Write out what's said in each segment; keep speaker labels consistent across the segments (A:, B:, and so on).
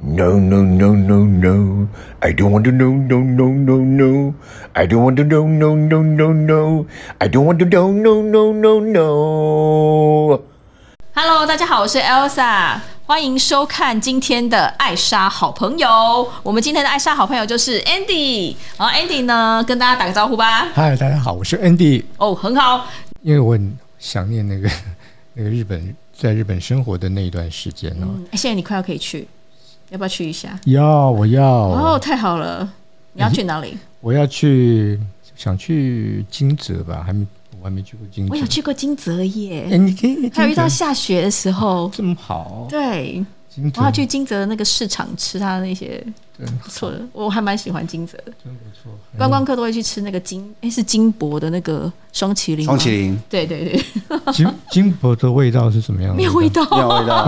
A: No, no, no, no, no. I don't want to know, no, no, no, no. I don't want to know, no, no, no, no. I don't want to know, no, no, no, no.
B: Hello，大家好，我是 Elsa，欢迎收看今天的艾莎好朋友。我们今天的艾莎好朋友就是 Andy，然后 Andy 呢跟大家打个招呼吧。
C: 嗨，大家好，我是 Andy，
B: 哦，很好，
C: 因为我很想念那个 那个日本，在日本生活的那一段时间哦。
B: 嗯，现在你快要可以去，要不要去一下？
C: 要，我要，
B: 哦，太好了，你要去哪里？
C: 我要去，想去金泽吧，还没，我还没去过金泽。
B: 我有去过金泽耶，
C: 哎，你可以，
B: 还有遇到
C: 金泽哦
B: 下雪的时候，
C: 这么
B: 哦
C: 好，
B: 对，
C: 金泽
B: 我要去金泽的那个市场吃它的那些
C: 真
B: 不错的，我还蛮喜欢金泽的。
C: 真不错。
B: 观光客都会去吃那个金，哎、是金箔的那个双麒麟。
D: 双麒，麟嗯
B: 对对对，
C: 金金箔的味道是什么样的？
B: 没有味道，
D: 没有味 道，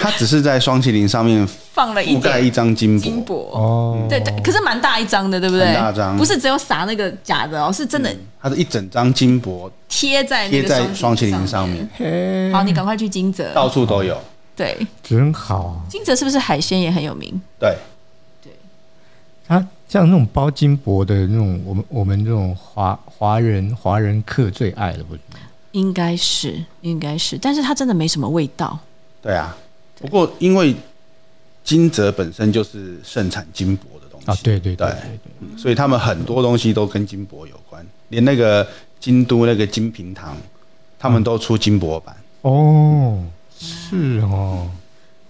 D: 它只是在双麒麟上面
B: 放了一
D: 覆盖
B: 点
D: 一张金箔，
B: 金箔。
C: 哦。
B: 对对，可是蛮大一张的，对不对？
D: 很大张
B: 不是只有撒那个假的哦，是真的
D: 它是一整张金箔
B: 贴在那
D: 贴
B: 个
D: 在双麒麟上
B: 上
D: 面。，
C: 嘿
B: 好，你赶快去金泽。
D: 到处都
B: 哦
D: 有。
B: 对，
C: 真好。
B: 金泽是不是海鲜也很有名？
D: 对，
C: 它像那种包金箔的那种，我们我们这种华华人华人客最爱了，不是？
B: 应该是，应该是，但是它真的没什么味道。
D: 对啊。不过因为金泽本身就是盛产金箔的东西
C: 啊，对对对
D: 对
C: 对对。
D: 嗯所以他们很多东西都跟金箔有关，连那个京都那个金平堂，他们都出金箔版。
C: 哦，是哦，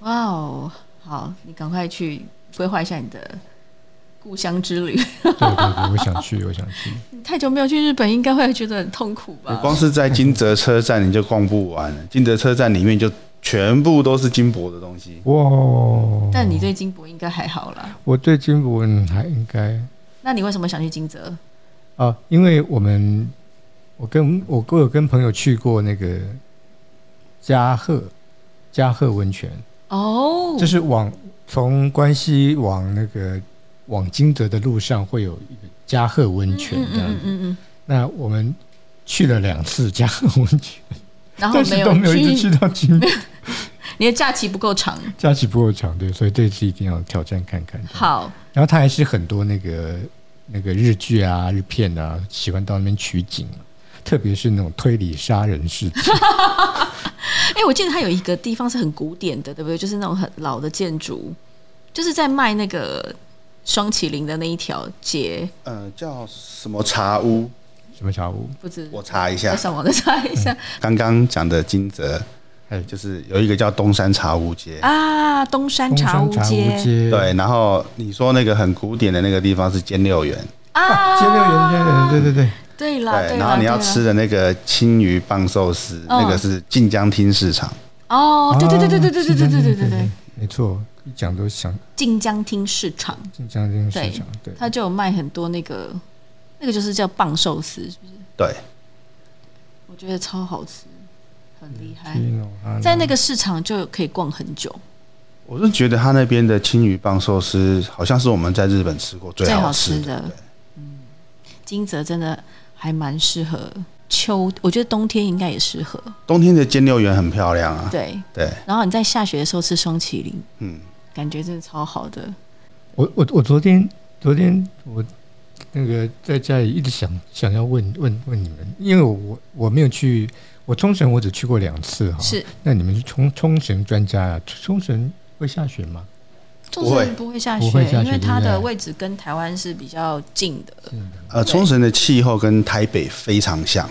B: 哇哦，好，你赶快去规划一下你的故乡之旅。
C: 对对对，我想去，我想去。
B: 你太久没有去日本，应该会觉得很痛苦
D: 你
B: 吧？
D: 光是在金泽车站你就逛不完 了，金泽车站里面就全部都是金箔的东西。
C: 哇，
B: 但你对金箔应该还好啦。
C: 我对金箔嗯还应该
B: 那你为什么想去金泽？
C: 啊，因为我们我跟我我有跟朋友去过那个加贺加贺温泉，
B: 哦，
C: 就是往从关西往那个往金泽的路上会有一个加贺温泉
B: 嗯
C: 这样
B: 嗯
C: 子。
B: 嗯嗯，
C: 那我们去了两次加贺温泉，
B: 然后 哦
C: 但
B: 没
C: 是都没有一直
B: 去，
C: 去到金泽。
B: 你的假期不够长。
C: 假期不够长，对，所以这次一定要挑战看看。
B: 好，
C: 然后他还是很多那个那个日剧啊、日片啊，喜欢到那边取景，特别是那种推理杀人事件。
B: 哎、我记得它有一个地方是很古典的，对不对？就是那种很老的建筑，就是在卖那个双麒麟的那一条街，
D: 呃，叫什么茶屋？
C: 什么小屋？
B: 不知
D: 我查一
B: 我
D: 下，
B: 上网再查一下、
D: 刚刚讲的金泽，
C: 哎，
D: 就是有一个叫东山茶屋街。
B: 啊，东山
C: 嗯东
B: 茶
C: 山
B: 屋
C: 茶屋
B: 街
C: 街，
D: 对，然后你说那个很古典的那个地方是兼六园，
B: 啊，
C: 街六园街六园，对对对，
B: 对啦，啊对啦，
D: 然后你要吃
B: 对啦
D: 的那个青鱼棒寿司，
B: 嗯
D: 那个是晋江町市场。
B: 哦，对对对对对对对对对对对
C: 对
B: 对，，
C: 没错，一讲都想
B: 晋江町市场。
C: 进江这市场，对，
B: 他就有卖很多那个，那个就是叫棒寿司，是不是？
D: 对，
B: 我觉得超好吃，很厉害。
C: Kino，啊
B: 在那个市场就可以逛很久，
D: 我是觉得他那边的青鱼棒寿司好像是我们在日本吃过最
B: 最好
D: 好
B: 吃
D: 吃
B: 的
D: 的。
B: 金泽真的还蛮适合秋，我觉得冬天应该也适合。
D: 冬天的兼六园很漂亮啊，
B: 对，
D: 对，
B: 然后你在下雪的时候吃双麒麟，
D: 嗯，
B: 感觉真的超好的。
C: 我我我昨天昨天我那个在家里一直想想要问问问你们，因为我我我没有去，我冲绳我只去过两次哈。
B: 是，
C: 那你们是冲冲绳专家啊？冲绳会下雪吗？
B: 纵
D: 不会
B: 不会下
C: 不
B: 雪，
C: 会下雪
B: 因为它的
C: 对不对
B: 位置跟台湾是比较近的。
D: 呃，冲绳的气候跟台北非常像，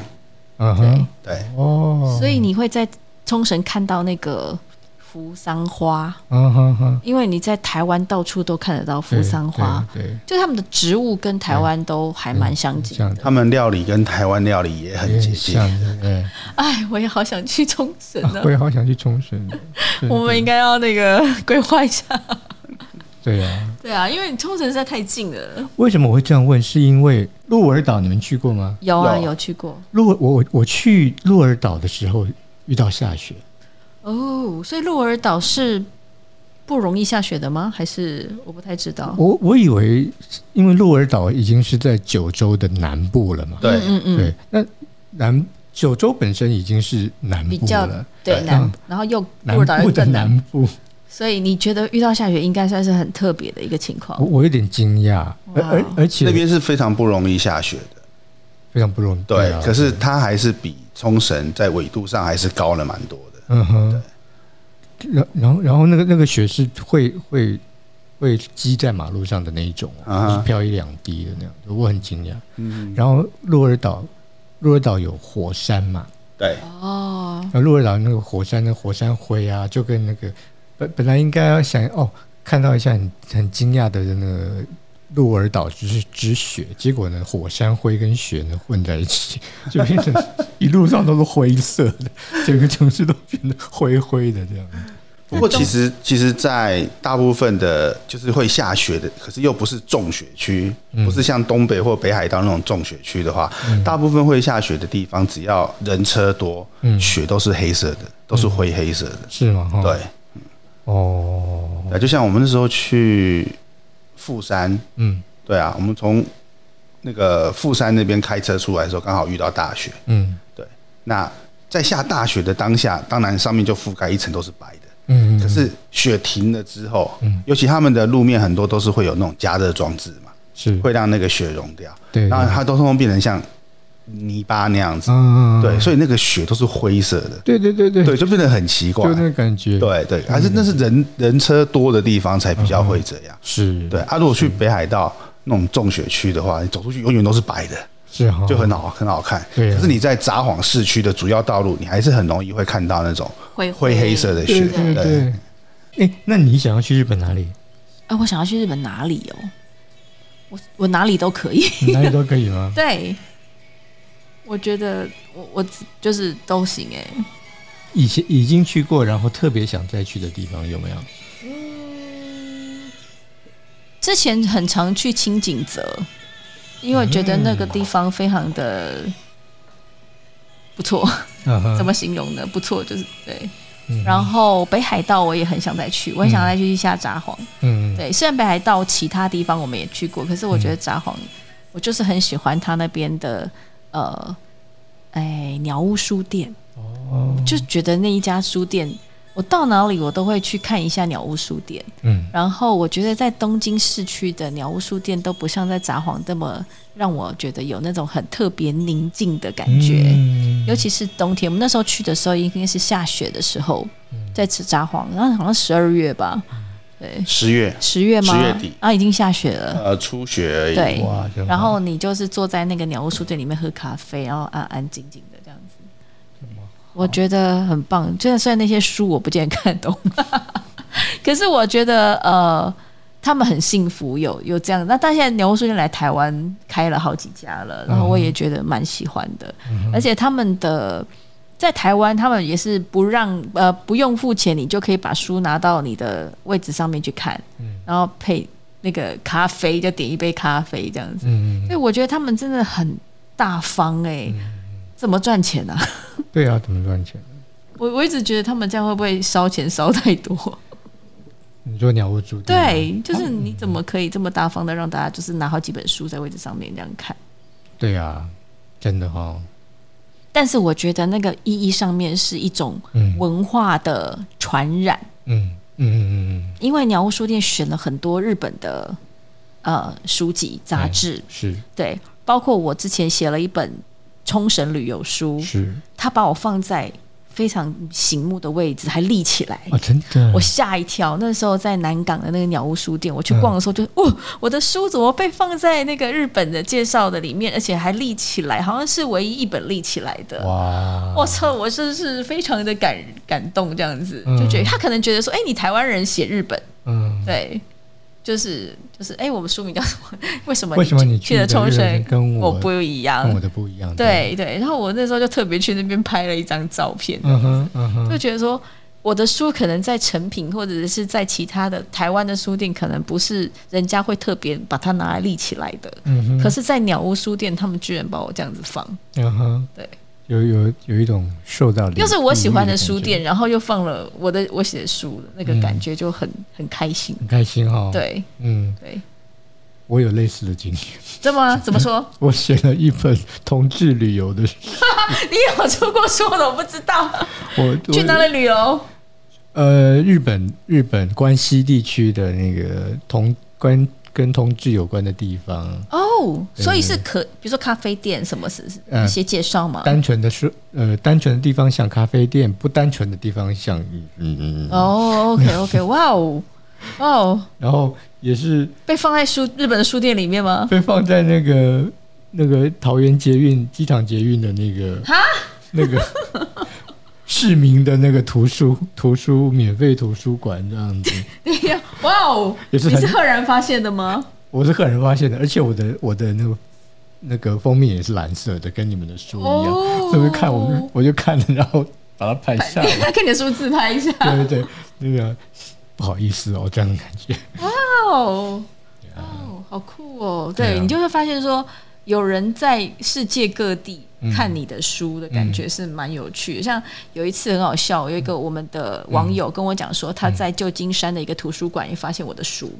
B: 对
C: 嗯哼，，
D: 对，
C: 哦，
B: 所以你会在冲绳看到那个扶桑花。
C: 嗯哼哼，
B: 因为你在台湾到处都看得到扶桑花，
C: 对，对，
B: 就他们的植物跟台湾都还蛮相近
C: 这。样
D: 他们料理跟台湾料理也很接近。
C: 像的， 对。
B: 哎，我也好想去冲绳
C: 啊
B: 啊
C: 我！也好想去冲绳。对
B: 我们应该要那个规划一下。
C: 对对啊，
B: 对啊，因为冲绳实在太近了。
C: 为什么我会这样问？是因为鹿儿岛你们去过吗？
B: 有啊，
D: 有
B: 有去过
C: 鹿我我我去鹿儿岛的时候遇到下雪，
B: 哦，所以鹿儿岛是不容易下雪的吗？还是我不太知道？
C: 我我以为，因为鹿儿岛已经是在九州的南部了嘛，
D: 对，
B: 嗯嗯嗯，
C: 对，那南九州本身已经是南
B: 比
C: 部
B: 较
C: 了，
B: 对
D: 对
B: 南
C: 嗯，
B: 然后又鹿
C: 南
B: 儿岛又
C: 部的
B: 更南，
C: 南部，
B: 所以你觉得遇到下雪应该算是很特别的一个情况
C: 我，我有点惊讶，而而而且
D: 那边是非常不容易下雪的，
C: 非常不容易。
D: 对
C: 啊，
D: 可是它还是比冲绳在纬度上还是高了蛮多的。
C: 嗯哼，然然后然后那个那个雪是会会会积在马路上的那一种哦，
D: 啊哈
C: 就是飘一两滴的那样，我很惊讶。嗯，然后鹿儿岛鹿儿岛有火山嘛，
D: 对，
B: 哦，
C: 然后鹿儿岛那个火山的火山灰啊，就跟那个本本来应该要想哦，看到一下很很惊讶的那个。鹿儿岛只是只雪，结果呢，火山灰跟雪呢混在一起， 就变成一路上都是灰色的，整个城市都变得灰灰的这样。
D: 不过其实其实，在大部分的就是会下雪的，可是又不是重雪区，不是像东北或北海道那种重雪区的话，大部分会下雪的地方，只要人车多，雪都是黑色的，都是灰黑色的。
C: 是吗？哈，
D: 对，
C: 哦，
D: 对，就像我们那时候去富山，
C: 嗯
D: 对啊，我们从那个富山那边开车出来的时候，刚好遇到大雪。
C: 嗯
D: 那在下大雪的当下，当然上面就覆盖一层都是白的。
C: 嗯，
D: 可是雪停了之后，尤其他们的路面很多都是会有那种加热装置嘛，
C: 是
D: 会让那个雪融掉，
C: 对，
D: 然后它都通通变成像泥巴那样子。
C: 嗯，
D: 对，所以那个雪都是灰色的，
C: 对对对对，
D: 对，就变得很奇怪
C: 就。那嗯感觉，，
D: 对对，还是那是人人车多的地方才比较
C: 嗯
D: 会这样。
C: 是，
D: 对，啊，如果去北海道那种重雪区的话，你走出去永远都是白的，
C: 是哈，
D: 就很好很好看。
C: 哦对啊
D: 可是你在札幌市区的主要道路，你还是很容易会看到那种
B: 灰
D: 灰黑色的雪
C: 对。对对。哎，那你想要去日本哪里？
B: 哎、我想要去日本哪里哦？我我哪里都可以。
C: 哪里都可以吗？
B: 对，我觉得我我就是都行哎、
C: 以前已经去过，然后特别想再去的地方有没有？
B: 之前很常去清景泽，因为我觉得那个地方非常的不错，怎
C: 怎？
B: 么形容呢？不错，就是对。
C: 嗯
B: 然后北海道我也很想再去，我很想再去一下札幌。
C: 嗯，
B: 对，虽然北海道其他地方我们也去过，可是我觉得札幌，我就是很喜欢它那边的呃，哎，鸟屋书店，
C: 哦，
B: 就觉得那一家书店，我到哪里我都会去看一下鸟屋书店。
C: 嗯
B: 然后我觉得在东京市区的鸟屋书店都不像在札幌这么让我觉得有那种很特别宁静的感觉。
C: 嗯
B: 尤其是冬天，我们那时候去的时候应该是下雪的时候，
C: 嗯
B: 在吃札幌，然后好像十二月吧，对，
D: 十月，
B: 十月吗？
D: 10月底
B: 啊，已经下雪了。
D: 呃，初雪而已。
B: 对
C: 哇真好
B: 然后你就是坐在那个鸟屋书店里面喝咖啡，然后安安静静的这样子，我觉得很棒。真的，虽然那些书我不见得看得懂， 可是我觉得呃，他们很幸福，有有这样。那但现在鸟屋书店来台湾开了好几家了，然后我也觉得蛮喜欢的，而且他们的。在台湾，他们也是不让呃不用付钱，你就可以把书拿到你的位置上面去看，然后配那个咖啡，就点一杯咖啡这样子。
C: 嗯，
B: 所以我觉得他们真的很大方哎、怎么赚钱啊？
C: 对啊，怎么赚钱？
B: 我我一直觉得他们这样会不会烧钱烧太多？嗯哦
C: 你说鸟屋住地？，
B: 对，就是你怎么可以这么大方的让大家就是拿好几本书在位置上面这样看？
C: 对啊，真的哈，
B: 但是我觉得那个意义上面是一种
C: 嗯
B: 文化的传染，
C: 嗯嗯嗯嗯，
B: 因为鸟屋书店选了很多日本的呃书籍杂志，
C: 是
B: 对，包括我之前写了一本冲绳旅游书，
C: 是
B: 他把我放在非常醒目的位置，还立起来。
C: 啊，真的，
B: 我吓一跳，那时候在南港的那个鸟屋书店，我去逛的时候就，哦，我的书怎么被放在那个日本的介绍的里面，而且还立起来，好像是唯一一本立起来的。
C: 哇，
B: 我操！我真是非常的感感动，这样子
C: 嗯
B: 就觉得他可能觉得说，哎、你台湾人写日本，
C: 嗯，
B: 对，就是就是，哎、我们书名叫什么？ 为什么
C: 为什么你
B: 去
C: 去
B: 的
C: 的
B: 冲
C: 日本
B: 绳
C: 跟我
B: 不一样？
C: 跟我的不一样。，
B: 对对，然后我那时候就特别去那边拍了一张照片，
C: 嗯哼嗯哼，
B: 就觉得说我的书可能在成品或者是在其他的台湾的书店，可能不是人家会特别把它拿来立起来的，
C: 嗯哼，
B: 可是，在鸟屋书店，他们居然把我这样子放，
C: 嗯哼，
B: 对，
C: 有有有一种受到礼
B: 又是我喜欢的书，
C: 礼
B: 店，
C: 遇
B: 然后又放了我的我写的书，那个感觉就很、很开心
C: 感觉，很开心哈。，
B: 对
C: 嗯，
B: 对，
C: 我有类似的经验，
B: 怎么怎么 说？
C: 我写了一本同志旅游的书，
B: 你有出过书我怎么不知道？
C: 我
B: 去哪？里旅游？
C: 我呃，日本日本关西地区的那个同关跟同志有关的地方，
B: 哦，
C: 对
B: 所以是可，比如说咖啡店什么是是
C: 嗯
B: 一些介绍嘛？
C: 单纯的是呃，单纯的地方像咖啡店，不单纯的地方像嗯嗯嗯嗯，
B: 哦，OK OK，哇哦，哇哦，
C: 然后也是
B: 被放在书日本的书店里面吗？
C: 被放在那个那个桃园捷运机场捷运的那个 那个市民的那个图书图书免费图书馆这样子，
B: 哇哦，
C: 也
B: 你
C: 是很
B: 是赫然发现的 吗？
C: 我是个人发现的，而且我的我的那个那个封面也是蓝色的，跟你们的书一样，
B: 哦
C: 所以我看我就我就看了，然后把它拍下 来，
B: 来跟你的书自拍一下。
C: 对对对，那个不好意思哦，这样的感觉，
B: 哦，哦，好酷哦！对
C: 对啊
B: 你就会发现说，有人在世界各地看你的书的感觉是蛮有趣的。像有一次很好笑，有一个我们的网友跟我讲说，他在旧金山的一个图书馆也发现我的书。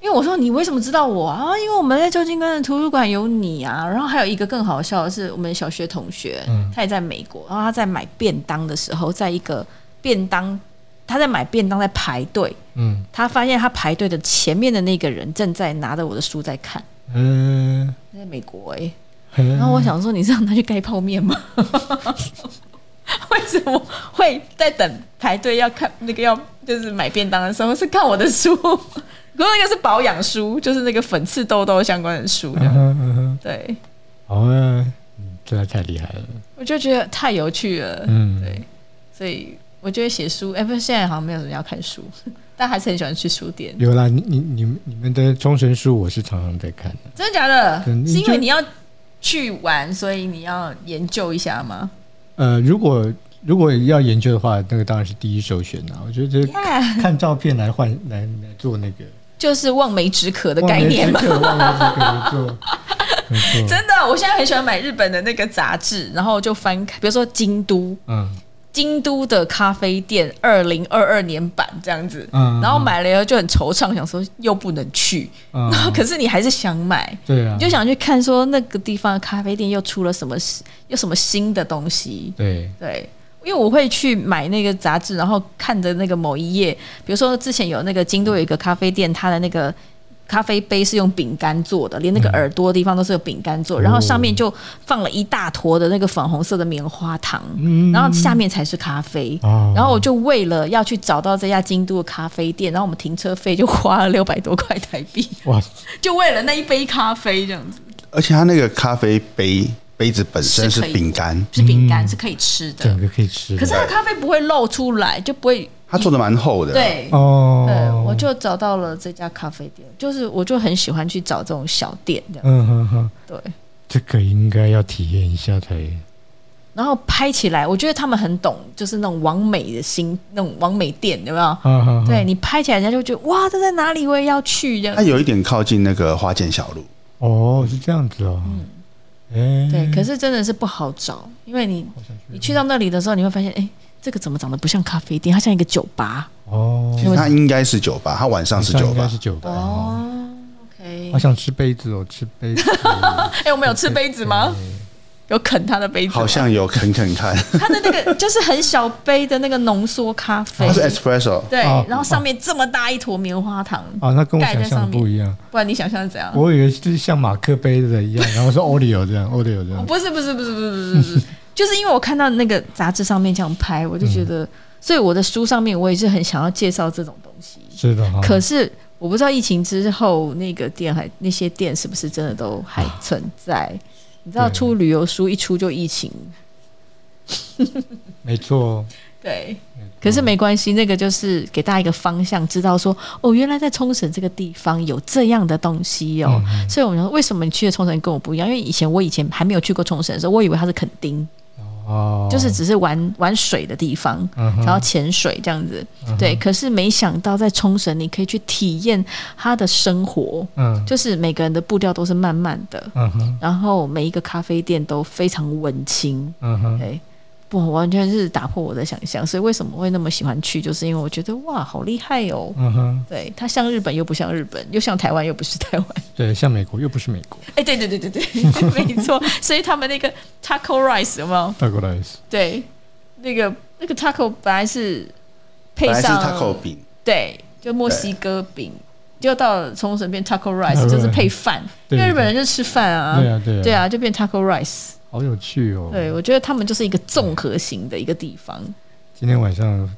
B: 因为我说你为什么知道我啊？因为我们在旧金山的图书馆有你啊。然后还有一个更好笑的是，我们小学同学，
C: 嗯
B: 他也在美国，然后他在买便当的时候，在一个便当，他在买便当在排队，
C: 嗯
B: 他发现他排队的前面的那个人正在拿着我的书在看，
C: 嗯。
B: 在美国哎、
C: 嗯
B: 然后我想说，你是让他去盖泡面吗？ 为什么会在等排队要看那个要就是买便当的时候是看我的书？不过那个是保养书，就是那个粉刺痘痘相关的书。这
C: 嗯
B: 样
C: 哼嗯哼，
B: 对，
C: 好啊，嗯真的太厉害了，
B: 我就觉得太有趣了。
C: 嗯，
B: 对，所以我觉得写书，哎、不是现在好像没有人要看书， 但还是很喜欢去书店。
C: 有啦，你你你们你们的冲绳书我是常常在看的，
B: 真的假的？
C: 肯定
B: 是因
C: 就
B: 为你要去玩，所以你要研究一下 吗
C: 呃，如果如果要研究的话，那个当然是第一首选啦，我觉得
B: ？Yeah，
C: 看照片来换来来做那个
B: 哎就是望梅止渴的概念嘛。
C: 忘了这个，忘了这个，没错，没错，
B: 真的，我现在很喜欢买日本的那个杂志，然后就翻开，比如说京都，
C: 嗯
B: 京都的咖啡店二零二二年版这样子，
C: 嗯
B: 然后买了以后就很惆怅，想说又不能去，
C: 嗯
B: 然后可是你还是想买，
C: 对啊，
B: 你就想去看说那个地方的咖啡店又出了什么，又什么新的东西，
C: 对，
B: 对，因为我会去买那个杂志，然后看着那个某一页，比如说之前有那个京都有一个咖啡店，它的那个咖啡杯是用饼干做的，连
C: 嗯
B: 那个耳朵的地方都是有饼干
C: 哦
B: 做，然后上面就放了一大坨的那个粉红色的棉花糖，
C: 嗯
B: 然后下面才是咖啡。
C: 哦
B: 然后我就为了要去找到这家京都的咖啡店，然后我们停车费就花了六百多块台币，
C: 哇，
B: 就为了那一杯咖啡这样子，
D: 而且它那个咖啡杯杯子本身
B: 是
D: 是
B: 可以
D: 饼干，
B: 是饼干、
C: 嗯
B: 是可以吃的
C: 整，个可以吃了，
B: 可是它的咖啡不会漏出来，就不会
D: 它做的蛮厚的。，
B: 对
C: 哦，
B: 对，我就找到了这家咖啡店，就是我就很喜欢去找这种小店这样。
C: 嗯哼哼，
B: 对，
C: 这个应该要体验一下才，
B: 然后拍起来，我觉得他们很懂，就是那种完美的心，那种完美店有没有？
C: 啊哈，
B: 对你拍起来，人家就觉得哇，这在哪里？我也要去这
D: 它
B: 样。
D: 有一点靠近那个花见小路，
C: 哦，是这样子哦，哎，
B: 嗯对，可是真的是不好找，因为你
C: 好想去
B: 你去到那里的时候，你会发现，哎，这个怎么长得不像咖啡店，它像一个酒吧。
C: 哦，
B: 嗯
D: 其实它应该是酒吧，它晚上是酒
C: 应该
D: 吧
C: 是。酒吧，哦
B: 哦，OK
C: 好。想吃杯子哦，吃杯子，
B: 哎，我们有吃杯 子吗？
C: 哎
B: 有啃他的杯子吗？
D: 好像有啃啃看，
B: 他的那个就是很小杯的那个浓缩咖啡
D: 它。是哎 espresso，
B: 对
C: 哦，
B: 然后上面这么大一坨棉花糖，
C: 啊，那跟我
B: 盖在
C: 想象
B: 上
C: 的不
B: 面啊
C: 一样，
B: 不然你想象是怎样？
C: 我以为就是像马克杯的一样，然后是 Oreo 这样，Oreo 这样，
B: 哦不是不是不是不是不是不 是，就是因为我看到那个杂志上面这样拍，我就觉得，所以我的书上面我也是很想要介绍这种东西。
C: 是的哈，
B: 可是我不知道疫情之后那个店还那些店是不是真的都还存在？你知道
C: 对
B: 出旅游书一出就疫情，
C: 没错，
B: 对。可是没关系，那个就是给大家一个方向，知道说哦，原来在冲绳这个地方有这样的东西哦。所以我们说，为什么你去的冲绳跟我不一样？因为以前我以前还没有去过冲绳的时候，我以为它是垦丁，
C: 哦，
B: 就是只是玩玩水的地方，
C: 嗯哼嗯
B: 然后潜水这样子。对，可是没想到在冲绳，你可以去体验他的生活，
C: 嗯，
B: 就是每个人的步调都是慢慢的，
C: 嗯哼，
B: 然后每一个咖啡店都非常文青。
C: 嗯哼，
B: 对，不，完全是打破我的想象。所以为什么会那么喜欢去，就是因为我觉得哇，好厉害哦！
C: 嗯哼，
B: 对，它像日本又不像日本，又像台湾又不是台湾。
C: 对，像美国又不是美国，
B: 哎，对对对对对， 没错。所以他们那个 taco rice 有没有？
C: 倒过来是，
B: 对，那个那个 taco 本来是配
D: 本来是
B: 上
D: taco 饼，
B: 对，就墨西哥饼，就到了冲绳变 taco rice，
C: 对
B: 就是配饭，因
C: 对
B: 为日本人就吃饭啊，
C: 对啊对啊
B: 对啊，就变 taco rice。
C: 好有趣哦。
B: 对，我觉得他们就是一个综合型的一个地方。
C: 今天晚上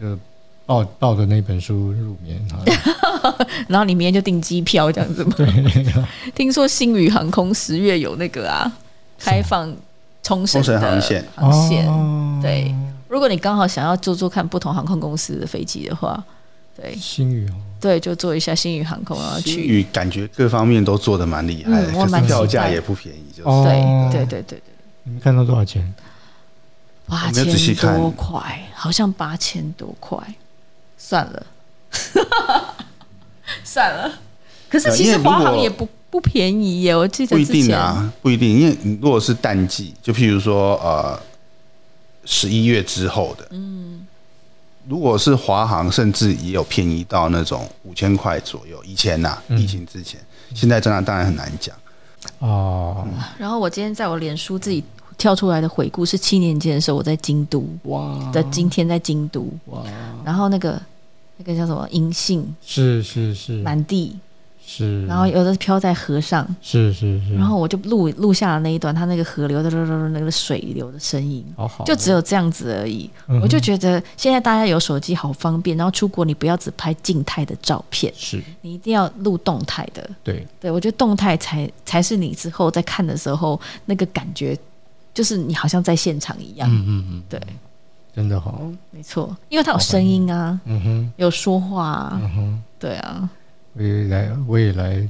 C: 就抱抱着那本书入眠 啊。
B: 然后你明天就订机票这样子吗？ 听说星宇航空十月有那个啊，开放冲绳
D: 冲绳
B: 的
D: 航线
B: 航线
C: 哦
B: 对，如果你刚好想要坐坐看不同航空公司的飞机的话，对
C: 星宇哦，
B: 对，就坐一下星宇航空，然后
D: 新
B: 去。
D: 宇感觉各方面都做的蛮厉害的，
B: 嗯我
D: 可
B: 蛮
D: 是
B: 期待
D: 票价也不便宜，就是、
C: 哦
B: 对对对对对，
C: 你们看到多少钱？
B: 八
D: 没有仔细
B: 千
D: 看
B: 多块，好像八千多块，算了， 算了。可是
D: 对
B: 其
D: 因
B: 实
D: 为如
B: 华航
D: 果
B: 也不不便宜耶，我记得
D: 不一
B: 之
D: 定
B: 前
D: 啊，不一定，因为你如果是淡季，就譬如说呃十一月之后的，嗯，如果是华航，甚至也有便宜到那种五千块左右。以前呐、疫情之前，现在真的当然很难讲。
C: 哦，
B: 然后我今天在我脸书自己跳出来的回顾是七年级的时候，我在京都
C: 哇
B: 的今天在京都，
C: 哇，
B: 然后那个那个叫什么银杏
C: 是是
D: 嗯
C: 是
B: 满地，
C: 是，
B: 然后有的飘在河上，
C: 是是
D: 嗯
C: 是，
B: 然后我就录录下了那一段，它那个河流的那个水流的声音。
C: 好好，
B: 就只有这样子而已，
C: 嗯哼
B: 我就觉得现在大家有手机好方便，然后出国你不要只拍静态的照片，
C: 是
B: 你一定要录动态的。
C: 对，
B: 对，我觉得动态才才是你之后在看的时候那个感觉，就是你好像在现场一样。
C: 嗯嗯嗯，
B: 对，
C: 真的好，
B: 没错，因为它有声音啊，
C: 嗯哼
B: 有说话啊，
C: 嗯哼，
B: 对啊，
C: 我也来我也来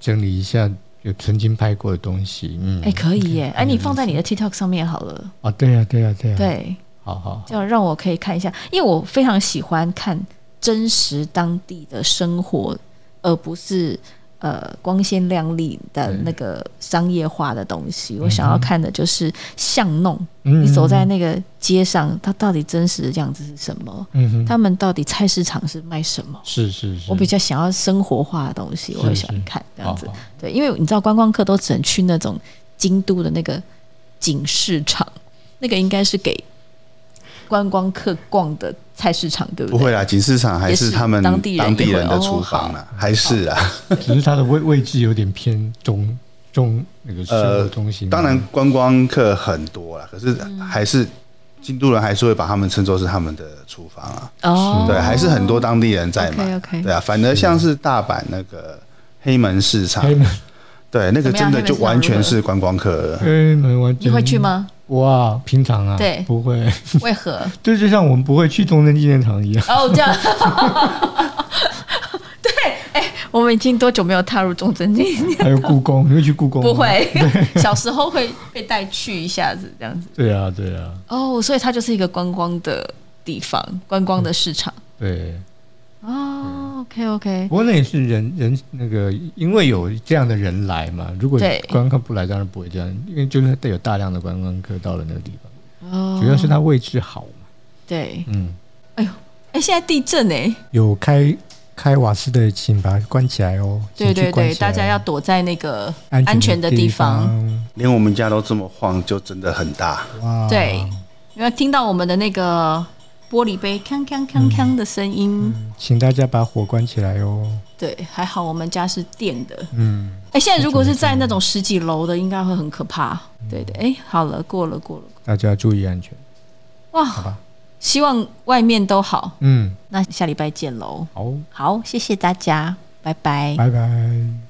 C: 整理一下有曾经拍过的东西，嗯，
B: 哎、可以耶，哎、你放在你的 TikTok 上面好了，
C: 啊，对呀对呀对呀，，
B: 对，
C: 好好好
B: 这样让我可以看一下，因为我非常喜欢看真实当地的生活，而不是呃光鲜亮丽的那个商业化的东西。我想要看的就是巷弄，
C: 嗯
B: 你走在那个街上，它到底真实的样子是什么？
C: 嗯哼，
B: 他们到底菜市场是卖什么？
C: 是是是，
B: 我比较想要生活化的东西，我会喜欢看这样子
C: 好。好
B: 对，因为你知道观光客都只能去那种京都的那个景市场，那个应该是给观光客逛的菜市场，对
D: 不
B: 对？
D: 会啊啦，景市场还
B: 也
D: 是
B: 是
D: 他们
B: 当地人
D: 当地人
B: 也
D: 的
B: 会
D: 厨
B: 哦
D: 房啦，还是啊。
C: 只是它的位位置有点偏中中那个生活中心。
D: 呃当然，观光客很多啦，可是
B: 嗯
D: 还是京都人还是会把他们称作是他们的厨房啊。
B: 哦，
D: 对，还是很多当地人在买。
B: OK，OK
D: 对啊，反而像是大阪那个黑门市场，
C: 黑门
D: 对，那个真的
B: 怎
D: 就
B: 么样黑门市场如何
D: 完全是观光客。
C: 黑门完全
B: 你会去？吗？
C: 哇，平常啊，
B: 对
C: 不会，
D: 嗯
B: 为何？
C: 就就像我们不会去中正纪念堂一样。
B: 哦， 这样。对，哎，我们已经多久没有踏入中正纪念？
C: 还有故宫，你会去故宫？
B: 不。会，小时候会被带去一下子这样子。
C: 对啊，对啊，
B: 哦，所以它就是一个观光的地方，观光的市场。
C: 对。
B: 哦，OK OK，
C: 不过那也是人人那个，因为有这样的人来嘛。如果
B: 对
C: 观光客不来，当然不会这样，因为就是得有大量的观光客到了那个地方，
B: 哦，
C: 主要是它位置好嘛。
B: 对，
C: 嗯，
B: 哎，现在地震哎，
C: 有开开瓦斯的，请把它关起来哦。
B: 对
C: 请去
B: 对
C: 关
B: 对，
C: 起
B: 大
C: 来
B: 家要躲在那个
C: 安
B: 安全的地方。
C: 方。
D: 连我们家都这么晃，就真的很大。
C: 哇，
B: 对，因为听到我们的那个玻璃杯锵锵锵锵的声音，
C: 请大家把火关起来哦。
B: 对，还好我们家是电的。
C: 嗯，
B: 哎，现在如果是在那种十几楼的，应该会很可怕。对对，哎，好了，过了过了，
C: 大家注意安全。
B: 哇
C: 吧，
B: 希望外面都好。
C: 嗯，
B: 那下礼拜见喽。
C: 好，
B: 好，谢谢大家，拜拜。
C: 拜拜。